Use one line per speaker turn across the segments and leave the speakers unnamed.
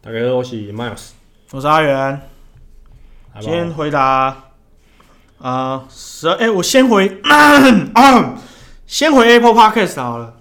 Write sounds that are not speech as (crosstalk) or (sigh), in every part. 大家好，我是 Miles。
我是阿元，今天回答啊十二哎，我先回 (clears throat) 先回 Apple Podcast 好了，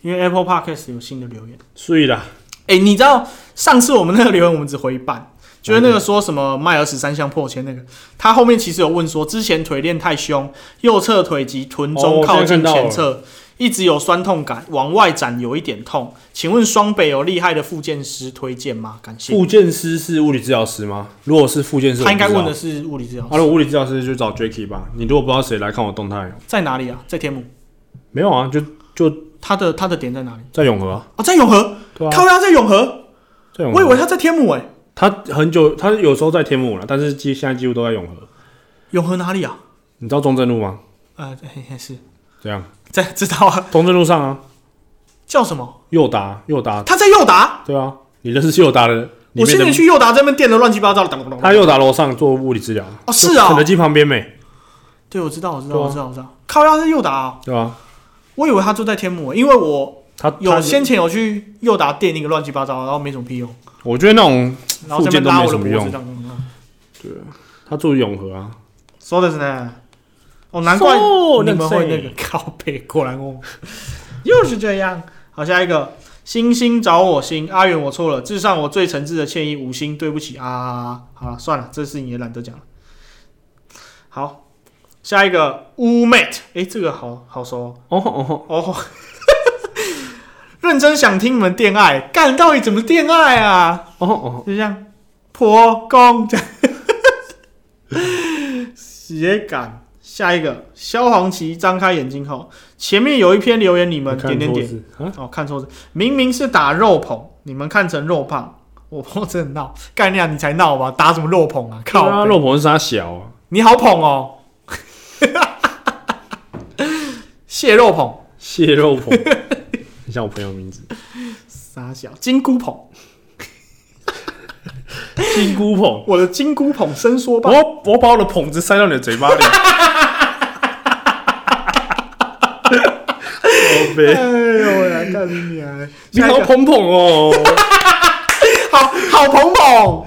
因为 Apple Podcast 有新的留言。
睡啦，
哎、你知道上次我们那个留言我们只回一
哦
半，就是那个说什么迈尔十三项破千那个，他后面其实有问说，之前腿练太凶，右侧腿及臀
哦
中
我
靠
现在看
近
到
前
了
侧、一直有酸痛感，往外展有一点痛，请问双北有厉害的复健师推荐吗？感谢。
复健师是物理治疗师吗？如果是复健师，
他应该
我不
问
知道
的。是物理治疗
啊，如果物理治疗师就找 Jacky 吧。你如果不知道谁来看我动态，
在哪里啊？在天母，
没有啊，就就
他的他的点在哪里？
在永和啊。
哦，在永和，
对啊，
靠腰在永和，
在永和。
我以为他在天母诶、
他很久，他有时候在天母了，但是几现在几乎都在永和。
永和哪里啊？
你知道中正路吗？
呃，嘿嘿是 (laughs)
这样，
在知道啊，
中正路上啊，
叫什么？
右达，右达，
他在右达，
对啊，你认识右达的？里
我
面
现
的
在去右达这边垫的乱七八糟的，咚咚咚
他右达楼上做物理治疗。
哦是啊
肯德基旁边没？
对，我知道，我知道，
对啊
我知道，我知道，靠腰是右达、啊，
对吧？
我以为他住在天母、因为我
他
有
他
先前有去右达垫一个乱七八糟，然后没什么屁用，
我觉得那种
然后这
附件
边
都没
拉我的
什么
脖
用
子，咚咚咚
他住永和啊，
嗯说的是呢，哦，难怪
So
你们会那
insane
个靠背，果然哦， (laughs) 又是这样。好，下一个，星星找我星，阿远我错了，致上我最诚挚的歉意，五星对不起啊。好了，算了，这事你也懒得讲了。好，下一个乌 mate，哎，这个好好熟哦
哦吼哦吼，
哦。 (laughs) 认真想听你们恋爱，干到底怎么恋爱啊？
哦吼哦吼，
就像婆公 (laughs) 这样，斜感。下一个，萧煌奇张开眼睛后，前面有一篇留言，你们点点点，
啊，
哦，看错字，明明是打肉捧，你们看成肉棒，我我真的闹，干你啊，你才闹吧，打什么肉捧啊，靠
靠
北，
啊，肉婆是他小啊，
你好捧哦， (laughs) 蟹肉捧，
蟹肉婆， (laughs) 很像我朋友名字，
傻小，金菇捧，
金菇捧，
我的金菇捧伸缩棒，
我我把我的捧子塞到你的嘴巴
(laughs)
里，宝
哎
贝，
呦喂，干你啊，
(laughs) 你好捧捧哦，
好好捧捧，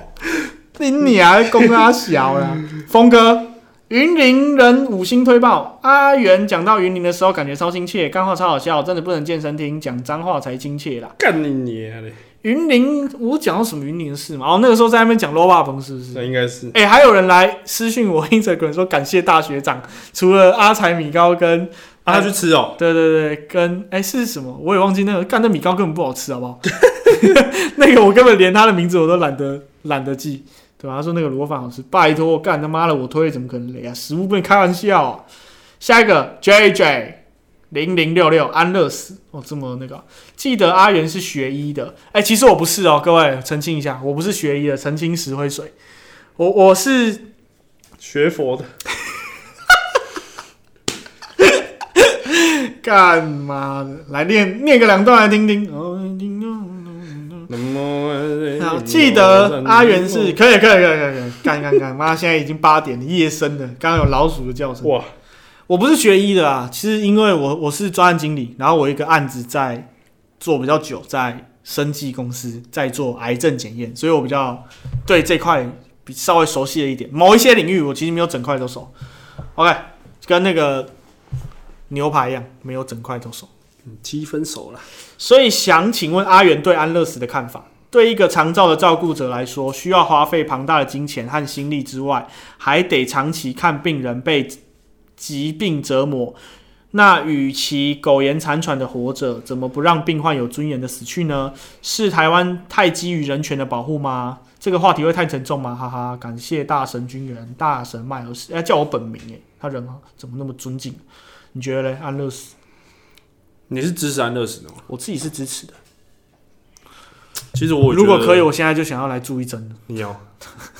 你娘公阿小啦，峰哥。云林人五星推爆，阿元讲到云林的时候，感觉超亲切，干话超好笑，真的不能健身厅讲脏话才亲切啦。
(laughs) 干你娘嘞，
云林，我讲到什么云林的事嘛？哦，那个时候在那边讲 low 霸棚是不是？
那应该是
哎、还有人来私讯我 Instagram 说感谢大学长，除了阿财米糕跟
啊，他去吃哦，
对对对，跟哎、是什么？我也忘记那个，干那米糕根本不好吃，好不 (laughs) 好？那个我根本连他的名字我都懒得懒得记，对吧？他说那个卤肉饭好吃，拜托，干他妈的，我推怎么可能雷啊？食物不能开玩笑、啊。下一个 J J 零零六六安乐死哦，这么那个啊、记得阿元是学医的，哎、其实我不是哦，各位澄清一下，我不是学医的，澄清石灰水，我我是
学佛的，
干嘛的？来念念个两段来听听。哦好，
嗯
记得嗯阿元是可以可以可以可以可以，干干干！妈，现在已经八点了，夜深了，刚刚有老鼠的叫声。
哇，
我不是学医的啊，其实因为我我是专案经理，然后我有一个案子在做比较久，在生技公司在做癌症检验，所以我比较对这块比稍微熟悉了一点。某一些领域我其实没有整块都熟。OK，跟那个牛排一样，没有整块都熟。
七嗯分熟了，
所以想请问阿元对安乐死的看法？对一个长照的照顾者来说，需要花费庞大的金钱和心力之外，还得长期看病人被疾病折磨。那与其苟延残喘的活着，怎么不让病患有尊严的死去呢？是台湾太基于人权的保护吗？这个话题会太沉重吗？哈哈，感谢大神军人大神迈尔斯，哎、叫我本名哎，他人啊怎么那么尊敬？你觉得嘞？安乐死，
你是支持安乐死的吗？
我自己是支持的。
其实我
如果可以，，我现在就想要来住一针了。
你要，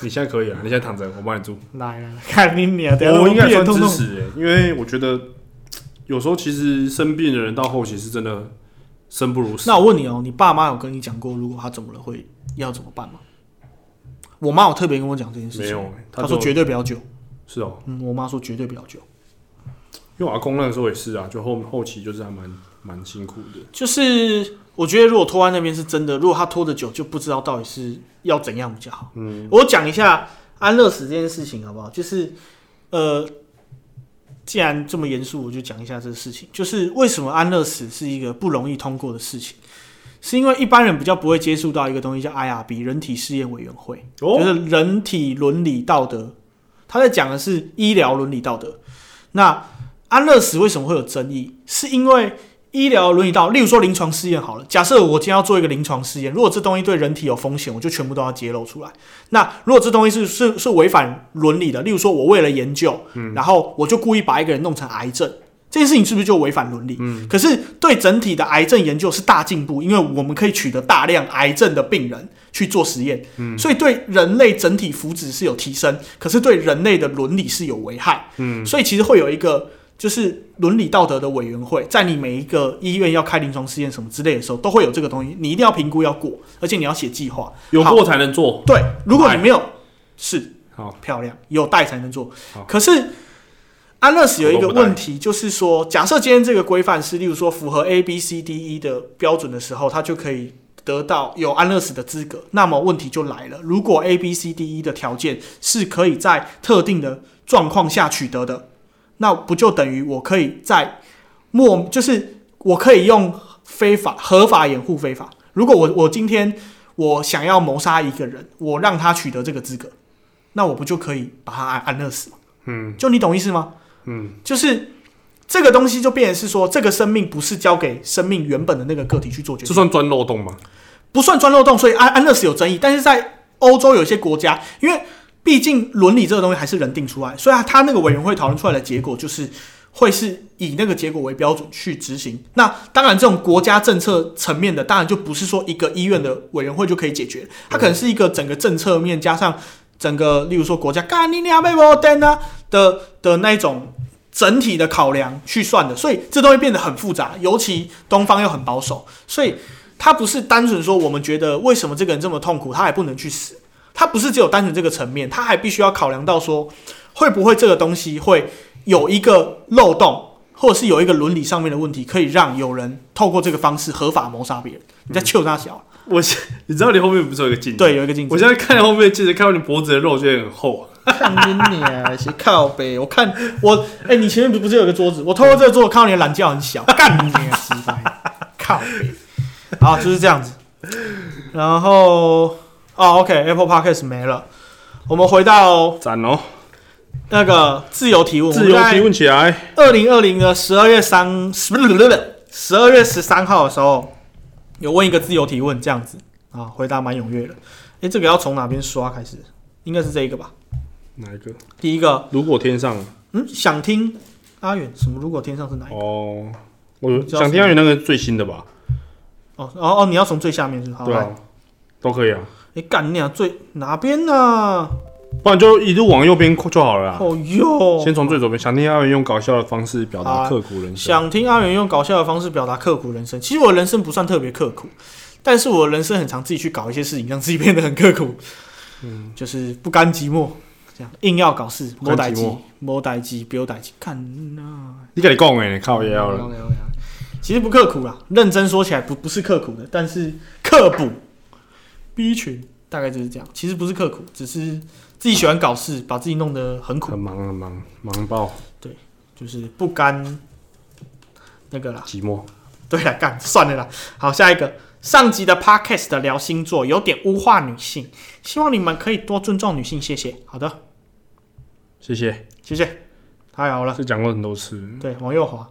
你现在可以啊，你现在躺着，我帮你住。
来来来，看你脸，等下
我应该
屁眼
算
痛
支
痛。
持、欸，因为我觉得有时候其实生病的人到后期是真的生不如死。
那我问你哦，你爸妈有跟你讲过，如果他怎么了会要怎么办吗？我妈有特别跟我讲这件事情，
没有、欸，
她
他
说
就，
绝对不要救。
是哦，
嗯，我妈说绝对不要救，
因为我阿公那个时候也是啊，就后后期就是还蛮蛮辛苦的。
就是我觉得如果托安那边是真的，如果他拖得久，就不知道到底是要怎样比较好。嗯，我讲一下安乐死这件事情好不好？就是呃，既然这么严肃，我就讲一下这个事情，就是为什么安乐死是一个不容易通过的事情。是因为一般人比较不会接触到一个东西叫 IRB 人体试验委员会，就
哦，
是人体伦理道德，他在讲的是医疗伦理道德。那安乐死为什么会有争议？是因为医疗伦理道，例如说临床试验好了，假设我今天要做一个临床试验，如果这东西对人体有风险，我就全部都要揭露出来。那如果这东西是是是违反伦理的，例如说我为了研究，然后我就故意把一个人弄成癌症。这件事情是不是就违反伦理？嗯，可是对整体的癌症研究是大进步，因为我们可以取得大量癌症的病人去做实验，嗯，所以对人类整体福祉是有提升，可是对人类的伦理是有危害，嗯，所以其实会有一个就是伦理道德的委员会，在你每一个医院要开临床试验什么之类的时候，都会有这个东西，你一定要评估要过，而且你要写计划。
有
好
过才能做。
对，如果你没有，是
好，
漂亮，有带才能做
好。
可是安乐死有一个
我都不带
问题，就是说，假设今天这个规范是，例如说符合 A、B、C、D、E 的标准的时候，它就可以得到有安乐死的资格。那么问题就来了，如果 A、B、C、D、E 的条件是可以在特定的状况下取得的，那不就等于我可以在莫，就是我可以用非法合法掩护非法。如果我我今天我想要谋杀一个人，我让他取得这个资格，那我不就可以把他安安乐死吗？
嗯
就你懂意思吗？
嗯，
就是这个东西就变成是说，这个生命不是交给生命原本的那个个体去做决
这
定，
算钻漏洞吗？
不算钻漏洞，所以安安乐死有争议。但是在欧洲有些国家，因为毕竟伦理这个东西还是人定出来，所以他那个委员会讨论出来的结果就是。会是以那个结果为标准去执行。那当然，这种国家政策层面的，当然就不是说一个医院的委员会就可以解决，它可能是一个整个政策面加上整个，例如说国家干你娘被我等啊的的那一种整体的考量去算的，所以这东西变得很复杂，尤其东方又很保守，所以它不是单纯说我们觉得为什么这个人这么痛苦，他还不能去死，它不是只有单纯这个层面，它还必须要考量到说会不会这个东西会有一个漏洞。或者是有一个伦理上面的问题，可以让有人透过这个方式合法谋杀别人，你在求他小？
我现 (laughs) 你知道你后面不是有一个镜子？
对，，有一个镜子
我。现在看后面的镜子，看到你脖子的肉就很厚。
看你啊，是靠北！我看我，哎、你前面不不是有个桌子？我透过这个桌子看到你的懒觉很
(laughs)
小，干你啊，鸡掰！靠北！好，就是这样子。然后，哦，OK，Apple、Podcast 没了。我们回到
赞哦，
那个自由提问，
自由提。问起来。
二零二零的十二月三，不是十二月十三号的时候，有问一个自由提问，这样子啊，回答蛮踊跃的。哎、这个要从哪边刷开始？应该是这一个吧。
哪一个？
第一个，
如果天上
嗯，想听阿远什么？如果天上是哪一个？
哦，我
知道
想听
什么
下你那个最新的吧？
哦哦哦，你要从最下面是不是？
对啊，都可以啊，
你干你啊，最哪边呢？
不然就一路往右边就好了啦。
哦哟，
先从最左边，想听阿元用搞笑的方式表
好
达
啊
刻苦人生。
想听阿远用搞笑的方式表达刻苦人生。其实我的人生不算特别刻苦，但是我的人生很常自己去搞一些事情，让自己变得很刻苦。嗯，就是不甘寂寞，这样硬要搞事，
不
摸
甘
歹
寂
机
寞，
摸歹机，不歹机，看呐、
你跟你讲哎，你靠腰了。
其实不刻苦啦，认真说起来不不是刻苦的，但是刻补 B 群大概就是这样。其实不是刻苦，只是自己喜欢搞事，把自己弄得很苦
很，忙很忙，忙爆
就是不甘那个啦。
寂寞。
对了，干算了啦。好，下一个上集的 podcast 聊星座有点污化女性，希望你们可以多尊重女性，谢谢。好的，
谢谢，
谢谢，太好了。
这讲过很多次。
对，往右滑，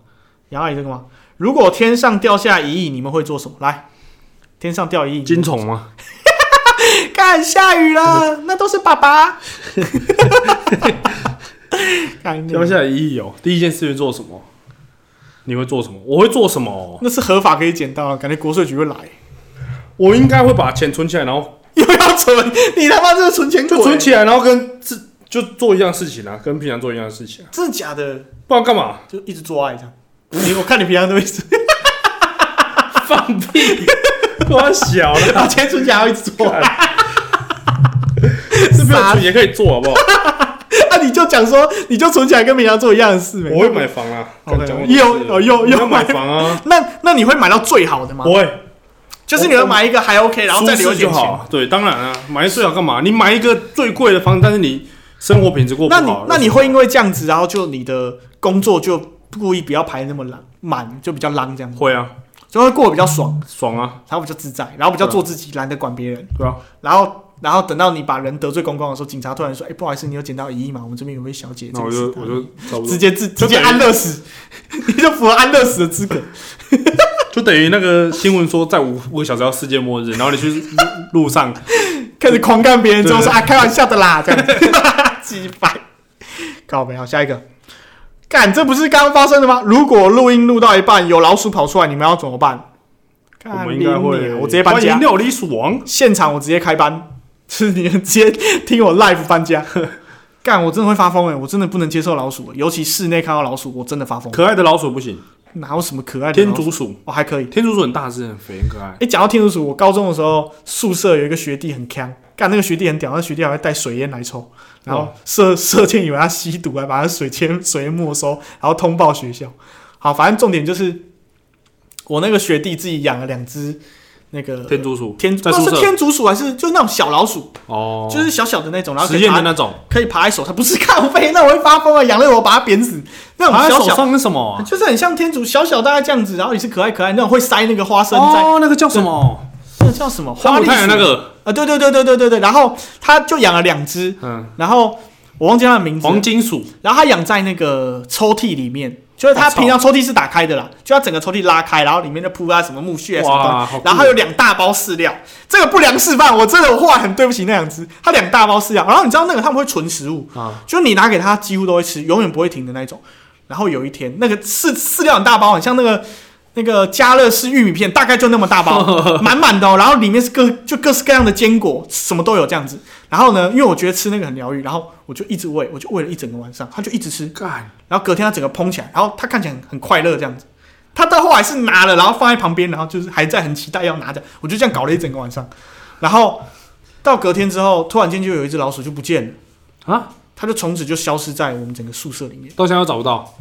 杨阿姨这个吗？如果天上掉下一亿，你们会做什么？来，天上掉一亿，
金虫吗？
看下雨了，那都是爸爸。 (laughs) 干你
掉下来一亿哦。第一件事会做什么？你会做什么？我会做什么哦？
那是合法可以捡到了，感觉国税局会来，
我应该会把钱存起来，然后
又要存，你他妈这个存钱鬼，
就存起来，然后跟自就做一样事情啊，跟平常做一样事情啊，
真的假的？
不然干嘛？
就一直做爱这样。你我看你平常都一 (laughs) 直
放 (laughs) 屁！我小了，
把钱啊存起来，一直 (laughs) 做爱，
这不用存也可以做，好不好？
那、啊你就讲说，你就存起来跟平常做一样的事没？
(laughs) 我会买房啊，
OK，
讲过
又
多次了
哦又
我要
又
买
买
房啊，
那那你会买到最好的吗？
不会，
就是你们买一个还 OK，然后再
舒
留一
适就
点钱。
好。对，当然啊，买最好干嘛？你买一个最贵的房子，但是你生活品质过不
那
好，
你
有
那
什
你
么
会因为这样子，然后就你的工作就故意不要排那么懒满，就比较浪这样子，
会啊，
就会过得比较爽，
爽啊，
然后比较自在，然后比较
对啊
做自己，懒得管别人。
对啊，
然后然后等到你把人得罪光光的时候，警察突然说：“哎、不好意思，你有捡到一亿吗？我们这边有位小姐。”
那我就我就差不多
直接自直
就等于
接安乐
(laughs)
死，你就符合安乐死的资格。
就等于那个新闻说，在五五个小时要世界末日，然后你去路路上，
开始狂干别人之后说
对
啊，开玩笑的啦，这样 (laughs) 子，鸡掰。搞没好，下一个。干，这不是刚刚发生的吗？如果录音录到一半有老鼠跑出来，你们要怎么办？
我
(laughs) 干
们应该
你
会，
娘我直接搬
欢迎
家，
料理鼠王，
现场我直接开搬，是你们直接听我 live 搬家。 (laughs) 干，我真的会发疯哎、我真的不能接受老鼠，欸尤其室内看到老鼠，我真的发疯。
可爱的老鼠不行，
哪有什么可爱的
天
老鼠？
竺鼠，
哦，还可以。
天竺鼠很大只，很肥，很可爱。
哎，讲到天竺鼠，我高中的时候宿舍有一个学弟很强，干那个学弟很屌，那学弟还会带水烟来抽，然后
哇
社社监以为他吸毒，还把他水签水烟没收，然后通报学校。好，反正重点就是我那个学弟自己养了两只那个
天竺鼠
天，不
在
知道
宿
是
舍
天竺鼠还是就是那种小老鼠，
哦，
就是小小的那种，然后可
实
以
验的
爬
那种，
可以爬在手上，不是靠背，那我会发疯啊！养了我把它扁死，那
(laughs)
种
爬在
小
手
小。
上是什么啊？
就是很像天竺小小大概这样子，然后也是可爱可爱那种会塞那个花生在
哦，那个叫什么？
那个叫什么
花
花
木
栗
太
鼠
阳那个，
啊，对对对对对对对，然后他就养了两只，
嗯，
然后我忘记他的名字了，
黄金鼠，
然后他养在那个抽屉里面，就是他
我操
平常抽屉是打开的啦，就他整个抽屉拉开，然后里面就铺啊什么木屑啊什么
哇
东
好
西
酷，
然后他有两大包饲料，这个不良示范，我真的我后来很对不起那两只，他两大包饲料，然后你知道那个他们会存食物，
啊，
就是你拿给他几乎都会吃，永远不会停的那一种。然后有一天，那个饲饲料很大包，很像那个那个加乐士玉米片，大概就那么大包， (laughs) 满满的、哦。然后里面是各就各式各样的坚果，什么都有这样子。然后呢，因为我觉得吃那个很疗愈，然后我就一直喂，我就喂了一整个晚上，他就一直吃。
干，
然后隔天他整个蓬起来，然后他看起来很很快乐这样子。他到后来是拿了，然后放在旁边，然后就是还在很期待要拿着，我就这样搞了一整个晚上。然后到隔天之后，突然间就有一只老鼠就不见了。
啊，
它就从此就消失在我们整个宿舍里面。
到现在都找不到，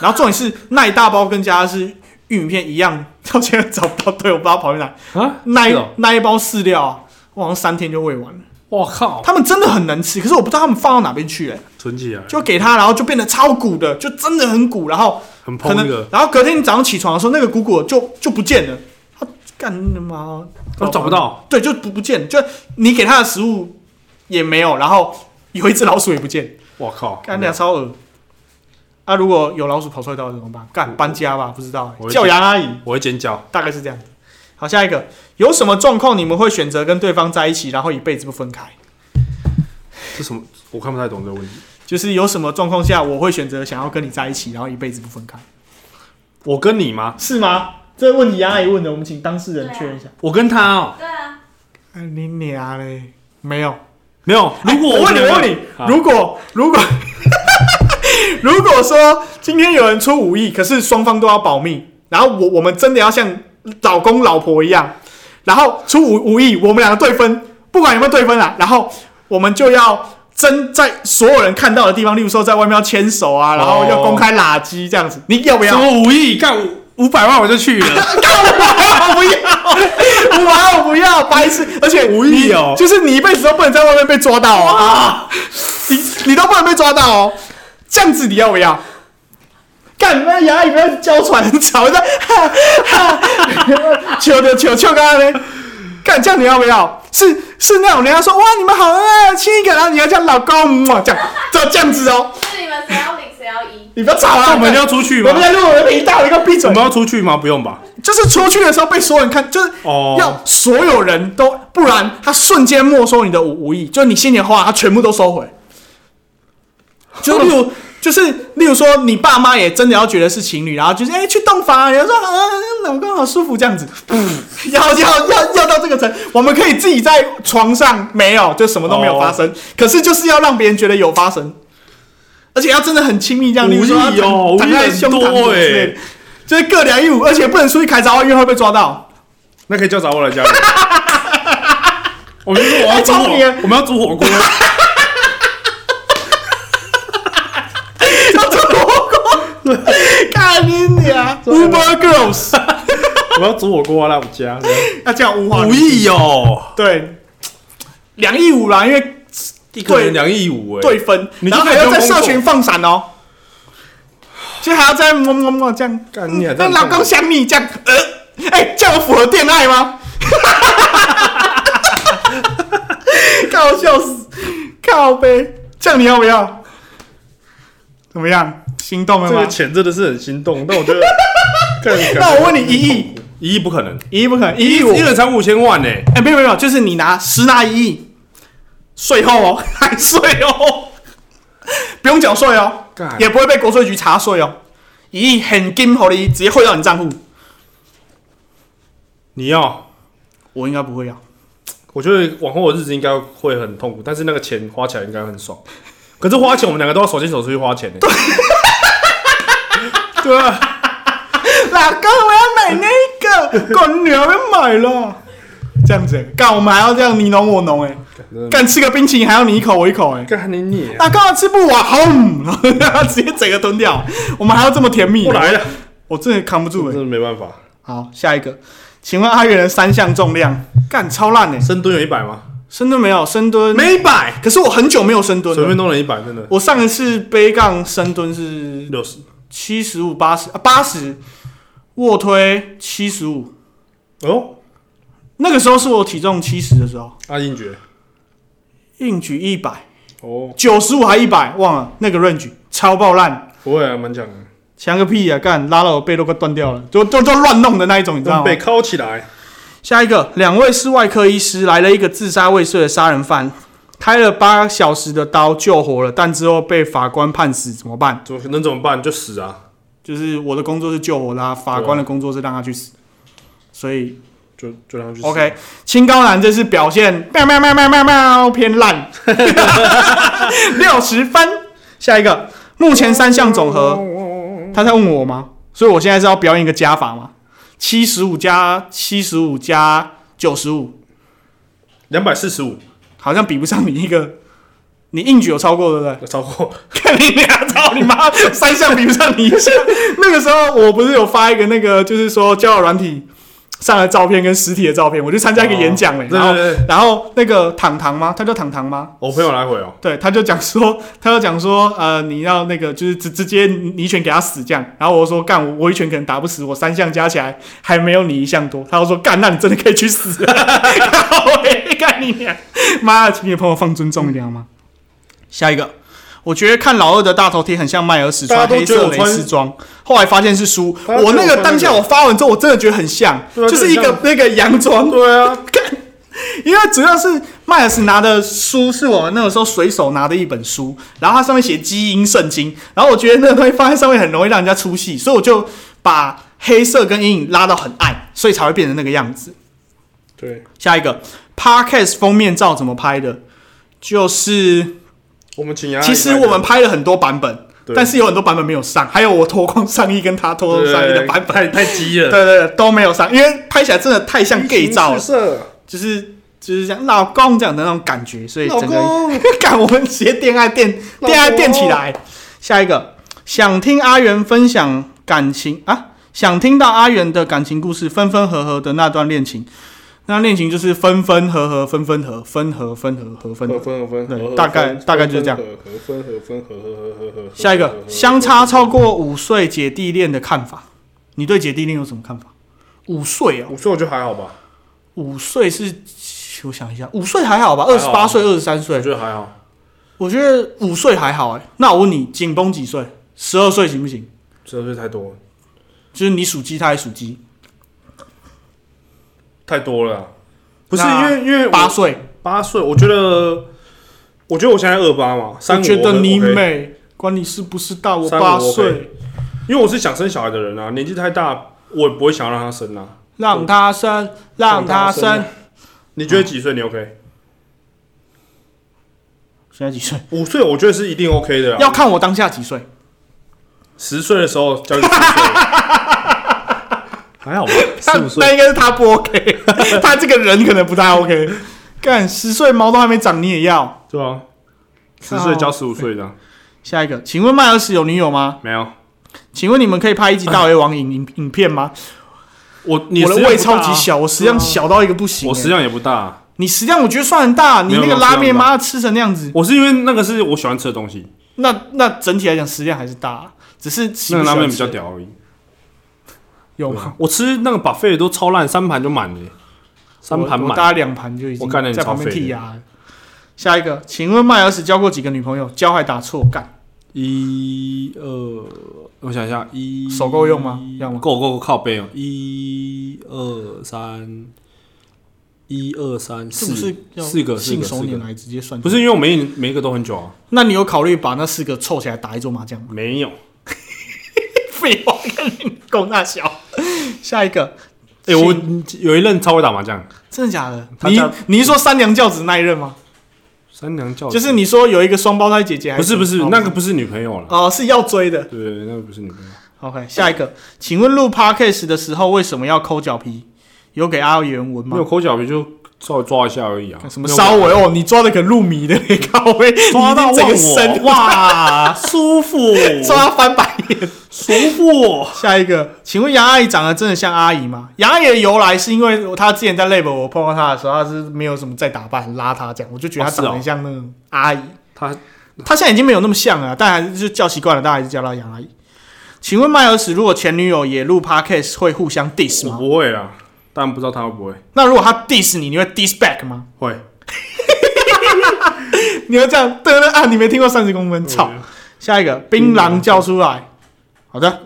然后重点是那一大包跟家是玉米片一样，到现在找不到，对，我不知道跑去哪。
啊，
那一、
是哦
那一包饲料啊，我好像三天就喂完了。
我靠，
他们真的很能吃，可是我不知道他们放到哪边去了、
存起来，
就给它，然后就变得超鼓的，就真的很鼓。然后
很
可
碰那
能
个，，
然后隔天你早上起床的时候，那个鼓鼓就就不见了。它干你妈，
都找不。到，
对，就不不见，就你给它的食物也没有，然后有一只老鼠也不见。
我靠，
干那超恶。啊，如果有老鼠跑出来到底怎么办？干搬家吧，不知道、欸
我会
叫杨阿姨，
我会尖叫，
大概是这样。好，下一个，有什么状况你们会选择跟对方在一起，然后一辈子不分开？
这什么？我看不太懂这个问题。
就是有什么状况下我会选择想要跟你在一起，然后一辈子不分开，
我跟你吗？
是吗？这个问题杨阿姨问的，我们请当事人确认一下。
我跟他哦，
对啊，
哎、你娘嘞，没有。
没有。
(laughs)
哎如果
我问你，
们
我问你，
好
如果如果 (laughs) 如果说今天有人出五亿，可是双方都要保密，然后我我们真的要像老公老婆一样，然后出五五亿，我们两个对分，不管有没有对分啊，然后我们就要。真在所有人看到的地方，例如说在外面要牵手啊，然后要公开垃圾这样子，你要不要
什？么五亿干五百万我就去 (laughs) 了，
我不要，哇，我不要，白痴！而且
无意哦
你就是你一辈子都不能在外面被抓到哦，啊、你你都不能被抓到哦，这样子你要不要？干你妈牙，你不要娇喘很吵，在哈哈，求的求求干嘞！干这样你要不要？是是那种人家说哇你们好恩爱，亲一个，然后你要叫老公，哇这样这这样子哦，
是你们谁要零谁要一，
你不要吵啊！
那我们要出去吗
我？们要录我们的频道，你给我闭
我
嘴
们！要出去吗？不用吧。
就是出去的时候被所有人看，就是
哦
要所有人都，不然他瞬间没收你的五五亿，就是你心里的话，他全部都收回。就是例如，就是例如说，你爸妈也真的要觉得是情侣，然后就是哎、去洞房啊，人家说啊老公好舒服这样子， (laughs) 要要要要到这个层，我们可以自己在床上没有，就什么都没有发生，可是就是要让别人觉得有发生，而且要真的很亲密这样，例如说
五亿哦
躺
五亿
在
很
胸膛
多
之类的
欸
就是各两一五，而且不能出去开闸，因为会被
(laughs)
抓到。
那可以叫找我来 (laughs) 家里。我就说我要
哎
煮
超黏
火，我们要煮火锅， (laughs)
要做火锅，干你娘！Uber Girls， (laughs)
我我要煮火锅啊来我家，这样
那这样污化
五亿哦，
对两亿五啦，因为
一个人两亿五哎，
对分，
你
然后
就
还
可以
要在
不用工
社
作
群放闪哦，就还要在么么么这样，
干你啊！这
那
样
老公想你这样，呃，哎、这样符合恋爱吗？ (laughs) 搞笑死，靠呗，这样你要不要？怎么样，心动了
这
吗
个？钱真的是很心动，但我觉得，干
那我问你，一亿，
一亿不可能，
一亿不可能，
一
一亿五，
一人才五千万呢，
欸
哎、没有没有，就是你拿十拿一亿，税后哦， (laughs) 还税哦，不用缴税哦，
干
也不会被国税局查税哦，一亿很金好你直接汇到你账户，
你要，
我应该不会要。
我觉得往后的日子应该会很痛苦，但是那个钱花起来应该很爽。可是花钱，我们两个都要手牵手出去花钱呢。欸 (laughs) 对啊，
(laughs) 老公，我要买那个，滚牛要买了。这样子、干我们还要这样你侬我侬哎、干吃个冰淇淋还要你一口我一口哎、
干你你，
老公我吃不完，轰，然后直接整个吞掉，我们还要这么甜蜜、
不来了，
我真的扛不住哎、
真的没办法。
好，下一个，请问阿元的三项重量，干超烂哎、
深蹲有一百吗？
深蹲没有，深蹲
没一百，
可是我很久没有深蹲
随
了
便。弄了一百，真的
我上一次背杠深蹲是
六十。
七十五、八十啊，八十，卧推七十五，
哦，
那个时候是我体重七十的时候，
阿英觉，
硬举一百
哦，
九十五还一百，忘了那个 range 超爆烂，
不会啊，蛮强的，
强个屁呀、啊干拉到我背都快断掉了，就就就乱弄的那一种，你知道
让
吗
被？铐起来。
下一个，两位是外科医师，来了一个自杀未遂的杀人犯，开了八小时的刀救活了，但之后被法官判死，怎么办？
怎么能怎么办？就死啊！
就是我的工作是救活他，法官的工作是让他去死，所以
就就让他去死。
OK，清高男这次表现喵喵喵喵喵喵偏烂，六十分。下一个，目前三项总和，他在问我吗？所以我现在是要表演一个加法吗？七十五加七十五加九十五，
两百四十五，
好像比不上你一个，你硬举有超过对不对？
超过。
看 (laughs) 你俩，操你妈！三项比不上你一项。那个时候我不是有发一个那个，就是说交友软体上的照片跟实体的照片，我去参加一个演讲嘞、
对
然后
对对，
然后那个糖糖吗？他叫糖糖吗？
我朋友来回哦，
对，他就讲说， (laughs) 他就讲说，呃，你要那个就是直直接你一拳给他死这样。然后我说干，我我一拳可能打不死，我三项加起来还没有你一项多。他就说干，那你真的可以去 (laughs) 死、啊！靠北干你娘！妈的，请你的朋友放尊重一点好吗？下一个，我觉得看老二的大头贴很像迈尔史
大
穿
家都
黑
觉得
色
我
蕾
穿
丝装，后来发现是书。
大家觉得
我那
我穿那
个当下
个
我发完之后，我真的觉得很像，
对啊
就是一
真的
个
很
那个洋装。
对啊，
因为主要是迈尔斯拿的书是我们那个时候随手拿的一本书，然后它上面写基因圣经，然后我觉得那个东西放在上面很容易让人家出戏，所以我就把黑色跟阴影拉到很暗，所以才会变成那个样子。
对，
下一个 podcast 封面照怎么拍的？就是
我们请牙医来
其
的。
实我们拍了很多版本，
对
但是有很多版本没有上，还有我脱光上衣跟他脱光上衣的版本，
太太急
对
(laughs) 了，
对对都没有上，因为拍起来真的太像 gay 照了
是，色
就是就是这样老公这样的那种感觉，所以
老
哎整个
公，
(laughs) 干，我们直接恋爱电
老婆
恋爱电起来。下一个，想听阿元分享感情啊，想听到阿元的感情故事，分分合合的那段恋情。那段恋情就是分分合合，分分合，分合分合合分
合
合。
分合分，
对
合合
大概
分
大概就是这样
合分合分合合合合合合。
下一
合
个，相差超过五岁姐弟恋的看法，你对姐弟恋有什么看法？五岁哦，
五岁我觉得还好吧，
五岁是，我想一下，五岁还好吧，二十八岁、二十三岁
我，觉得还好，
我觉得五岁还好哎、那我问你，紧绷几岁？十二岁行不行？
十二岁太多了
就是你属鸡，他也属鸡，
太多了啊，不是因
那
为因为我
八岁，
八岁，我觉得我觉得我现在二八嘛，
我
三五
觉得你
OK
美，管你是不是大我
三五
八
OK
岁，
因为我是想生小孩的人啊，年纪太大，我也不会想让他生啊。
让他生，让他生。
你觉得几岁你 OK？
现在几岁？
五岁我觉得是一定 OK 的
要
啊。
看我当下几岁。
十岁的时候交给十岁，还好吧？
那那应该是他不 OK，他 (laughs) 这个人可能不太
(laughs)
OK。干十岁毛都还没长，你也要
对啊，十岁交十五岁的啊
下一个？请问迈尔斯有女友吗？
没有？
请问你们可以拍一集大胃王影影影片吗？
我你
我的
食量
胃
不大
超
啊
级，小，我食量小到一个不行、
我食
欸
量也不大，啊
你食量我觉得算很大，你
没有
那个
没有
拉
食
面
量不大
妈吃成那样子，
我是因为那个是我喜欢吃的东西，
那那整体来讲食量还是大，啊只是喜
那个
不喜
拉
欢
面比较
吃
屌而已。
有吗？
我吃那个把费都超烂，三盘就满了，三
我
盘
我
满。
大概两盘就已经
我看了你
在旁边
超废的
剔牙了。下一个，请问麦尔斯交过几个女朋友？交还打错，干
一二，我想一下，一
手够用吗要吗
够够够靠背哦，一二三，一二三
是不
四
是，要
四个四
信
个
手
四
拈
个，
来直接算？
不是，因为我每一每一个都很久啊，
那 (laughs) 你有考虑把那四个凑起来打一桌麻将吗？
没有。
(laughs) 废话，跟你够大小。下一个，
哎、我有一任超会打麻将，
真的假的？
他
你
家
你是说三娘教子那一任吗？
三娘教子
就是你说有一个双胞胎姐姐还
不是不是
哦
那个不是女朋友了，
哦，是要追的。
对，那个不是女朋友。
OK，下一个，请问录 podcast 的时候为什么要抠脚皮？有给阿原文
没
吗
有？抠脚皮就稍微抓一下而已啊。
什么
没有
稍微哦，你抓的可入迷的，靠背，
(laughs) 抓到
你整
忘
个
我啊
身
哇，舒服，
(laughs) 抓翻白眼。
舒服。
下一个，请问杨阿姨长得真的像阿姨吗？杨阿姨的由来是因为她之前在 Lab 我碰到她的时候，她是没有什么在打扮，很邋遢这样，我就觉得她
哦是哦
长得很像那种阿姨。
他
她现在已经没有那么像了，但还是就叫习惯了，大家还是叫她杨阿姨。请问麦尔史如果前女友也录 podcast 会互相 diss
我
吗？
不会啦，但不知道他会不会
那如果她 diss 你，你会 diss back 吗？
会。
你会这样对对啊？你没听过三十公
哦
分？操！下一个，槟榔叫出来。好的，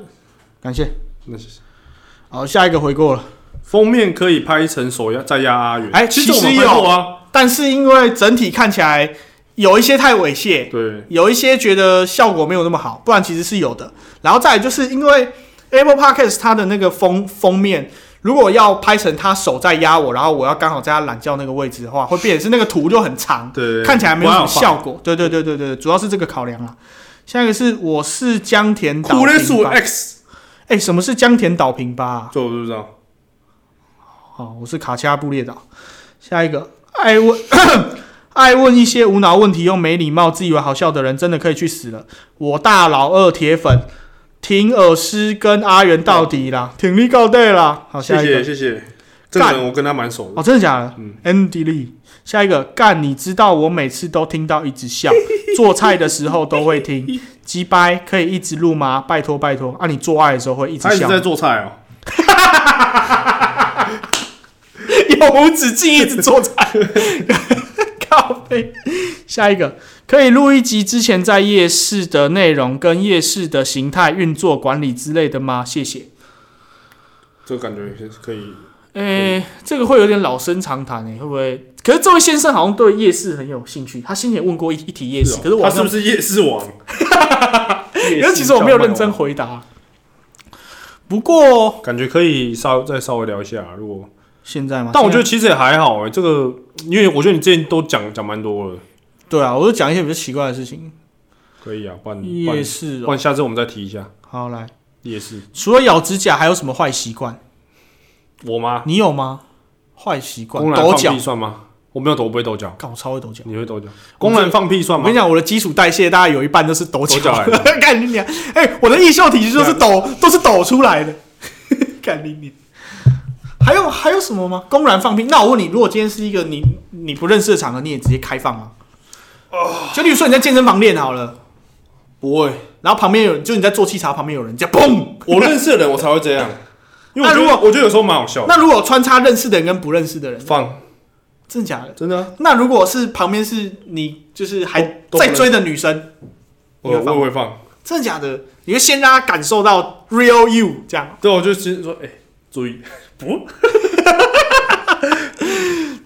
感谢。
那是
好，下一个回过了。
封面可以拍成手压在压阿元。
哎
其实
其
我们
实
拍过啊，
但是因为整体看起来有一些太猥亵，
对，
有一些觉得效果没有那么好，不然其实是有的。然后再来就是因为 Apple Podcast 它的那个封封面，如果要拍成他手在压我，然后我要刚好在他懒觉那个位置的话，会变成是那个图就很长，
对
看起来没有什么
不好放
效果。对对对对对，主要是这个考量啦。下一个是我是江田岛
苦力
平
鼠
吧，哎、
X，
什么是江田岛平吧、啊？
这我不知道。
好，我是卡恰布列岛。下一个，爱问 (coughs) 爱问一些无脑问题又没礼貌、自以为好笑的人，真的可以去死了。我大老二铁粉，挺尔师跟阿元到底啦，挺力告对啦。好，
谢
下一
谢
个，
谢谢，这个人我跟他蛮熟的。
哦，真的假的、
嗯
a n d y Lee。下一个，干，你知道我每次都听到一
(laughs)
直笑，做菜的时候都会听，鸡掰，可以一直录吗？拜托拜托，啊，你做爱的时候会一直
他一直
笑吗，
在做菜哦，
(laughs) 永无止境一直做菜， (laughs) 靠背。下一个可以录一集之前在夜市的内容跟夜市的形态、运作、管理之类的吗？谢谢。
这个感觉是可以。
诶、这个会有点老生常谈诶、会不会？可是这位先生好像对夜市很有兴趣，他先前问过一一题夜市，
哦
可是我
他
好
是
像
不是夜市
(laughs)
王？
可
可
是其实我没有认真，回答。啊不过
感觉可以稍再稍微聊一下。如果，
现在吗？
但我觉得
现
其
在
实也还好哎，这个因为我觉得你之前都讲讲蛮多了，
对啊，我就讲一些比较奇怪的事情。
可以啊，不然不
夜
然
市
不
哦、
然下次我们再提一下
好来，
夜市。
除了咬指甲，还有什么坏习惯？
我吗？
你有吗？坏习惯，
公然
抖
放
脚
屁，算吗？我没有抖，我不会抖脚。
干我超会抖脚。
你会抖脚？公然放屁算
我
吗
跟你？讲，我的基础代谢大概有一半都是抖
抖脚来
干你娘！哎、我的易秀体质就是抖，都是抖出来的。 (laughs) 干你娘！还有还有什么吗？公然放屁？那我问你，如果今天是一个你你不认识的场合，你也直接开放吗？就例如说你在健身房练好了，
哦不会，
然后旁边有人，就你在做器材，旁边有人，这样砰。
我认识的人我才会这 (laughs) 样。因为
那
我觉
如
得我觉得有时候蛮好笑的。
那如果穿插认识的人跟不认识的人，
放
真的假的？
真的啊，
那如果是旁边是你就是还
都都不
在
认
追的女生，
我
你会
我
放
也会放。
真的假的？你会先让他感受到 real you 这样
对，我就直接说，哎，注意， (laughs) 不，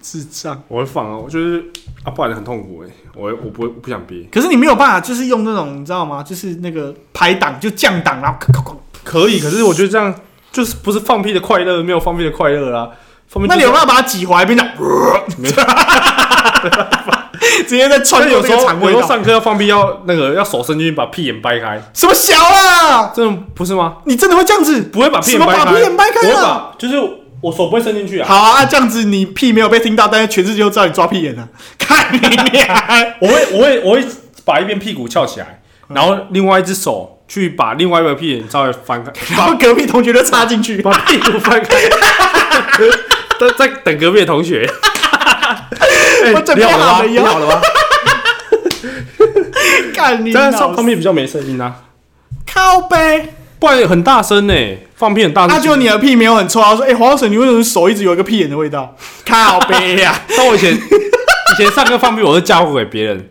智障。
我会放啊。我就是啊，不然很痛苦哎，我会我不会我不想憋。
可是你没有办法，就是用那种你知道吗？就是那个排档就降档，然后咔咔咔。
可以，可是我觉得这样就是不是放屁的快乐，没有放屁的快乐啦。放屁
那
就
你
是，
有办法把它挤回来，变成直接在穿
但
越
有
这
时
个
候
肠
有
胃
时候
道？
上课要放屁要那个要手伸进去把屁眼掰开，
什么小啊？
真的不是吗？
你真的会这样子？
不会把屁
什
眼
么
掰开，
把屁眼掰
我
开
会
啊？
把就是我手不会伸进去啊，
好啊，这样子你屁没有被听到，但是全世界都知道你抓屁眼了、看你娘！
我会我会我会把一边屁股翘起来，然后另外一只手去把另外一个屁眼稍微翻开，
然 (laughs) 后隔壁同学就插进去，
把屁股翻开，在在等隔壁的同
(laughs)
学。哎
我准
你
备
好了
好
吗？
了
你
哟
好了吗？
干你
但是
老
放放屁比较没声音啊，
靠背，
不然很大声呢、放屁很大声。
他就你的啊屁没有很臭，他说：“哎、黄老师，你为什么手一直有一个屁眼的
(laughs)
味道？”靠背呀、
但啊我以
(laughs)
前以前上课放屁，我都嫁祸给别人，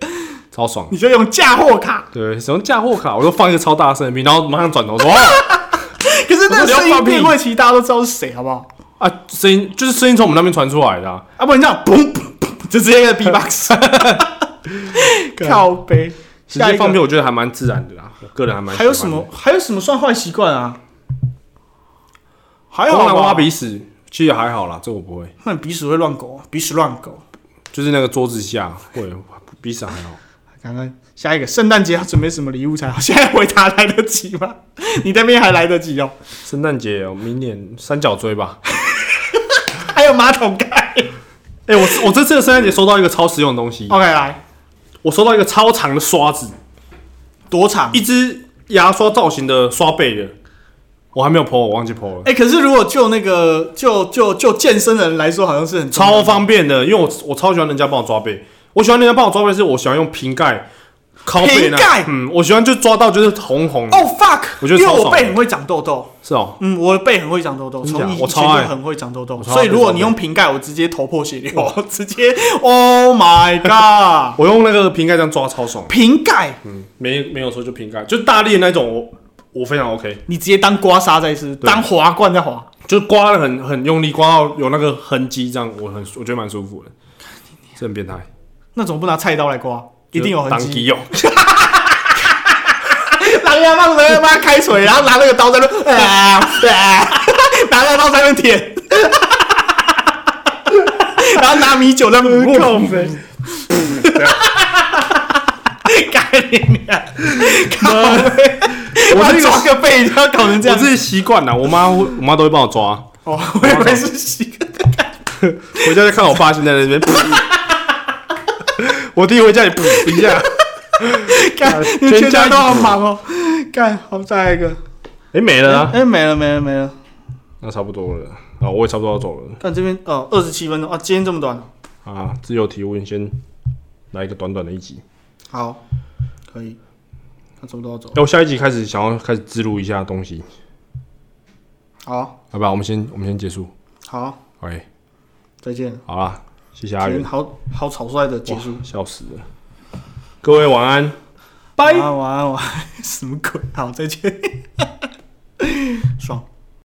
超爽。
你就用嫁祸卡，
对，什么嫁祸卡，我都放一个超大声的屁，然后马上转头说：“哦，
可是那个声音变会，其实大家都知道是谁，好不好？
啊，声音就是声音从我们那边传出来的、啊。
啊，不然
(laughs)
这样，嘣嘣嘣，就直接一个 B box，靠背。
直
下一
接放屁，
个
我觉得还蛮自然的啦，我个人还蛮喜欢的。
还有什么？还有什么算坏习惯啊？还
我
好
拿
吧
挖，鼻屎，其实还好啦，这我不会，
那你鼻屎会乱狗，啊鼻屎乱狗。
就是那个桌子下会鼻屎还好。
刚刚下一个圣诞节要准备什么礼物才好？现 (laughs) 在回答来得及吗？你那边还来得及哦。
圣诞节哦，明年三角锥吧。
还有马桶盖。
(laughs) 哎、我是我这次的圣诞节收到一个超实用的东西，
OK，来
我收到一个超长的刷子，
多长？
一支牙刷造型的刷背的，我还没有剖，我忘记剖了。
哎、可是如果就那个就就就健身的人来说，好像是很重要
超方便的，因为我我超喜欢人家帮我抓背，我喜欢人家帮我抓背，是我喜欢用瓶盖敲背那，
瓶盖
嗯，我喜欢就抓到就是红红的，
哦、fuck！
我觉得
因为
超爽
我背很会长痘痘，
是哦，
嗯，我的背很会长痘痘，
真假
从以
我
前
超爱
就很会长痘痘，
我超爱
所以如果
长痘
你用瓶盖，我直接头破血流， (laughs) 直接 Oh my god！
我用那个瓶盖这样抓超爽，
瓶盖
嗯，没没有错，就瓶盖，就大力的那种，我我非常 OK，
你直接当刮痧在吃，
对
当滑罐在滑，
就刮的很很用力，刮到有那个痕迹，这样我很我觉得蛮舒服的，这很变态，
那怎么不拿菜刀来刮？一定有痕
当啊
迹。
机
(laughs)
用，
狼牙棒在那边帮他开锤，然后拿那个刀在那
(laughs)
边 (laughs) 啊啊，拿那个刀在那边舔， (laughs) 然后拿米酒在那边
靠
弄，
背
干你娘！靠背！
我
我
是一
抓
个
个背，然后搞成这
我
样
自己习惯了，我妈会我妈都会帮我抓，
哦，我以为是洗。
回家再看我爸现在在那边， (laughs) 我弟回家也补一下。啊
干，你们全家都好忙哦。干，好，再来一个。
哎、没了啊，
哎，没了，没了，没了。
那差不多了啊，我也差不多要走了
看这边哦，二十七分钟啊，今天这么短。
啊。自由提问，先来一个短短的一集。
好，可以。那差不多要走。
那我下一集开始想要开始记录一下东西，
好，
好吧？我们先我们先结束。
好，
哎，
再见。
好啦，谢谢阿
天，
元，
好好草率的结束
哇。笑死了。各位晚安，哎
(laughs) 拜。晚安，晚安，晚安，什么鬼？好，再见。爽。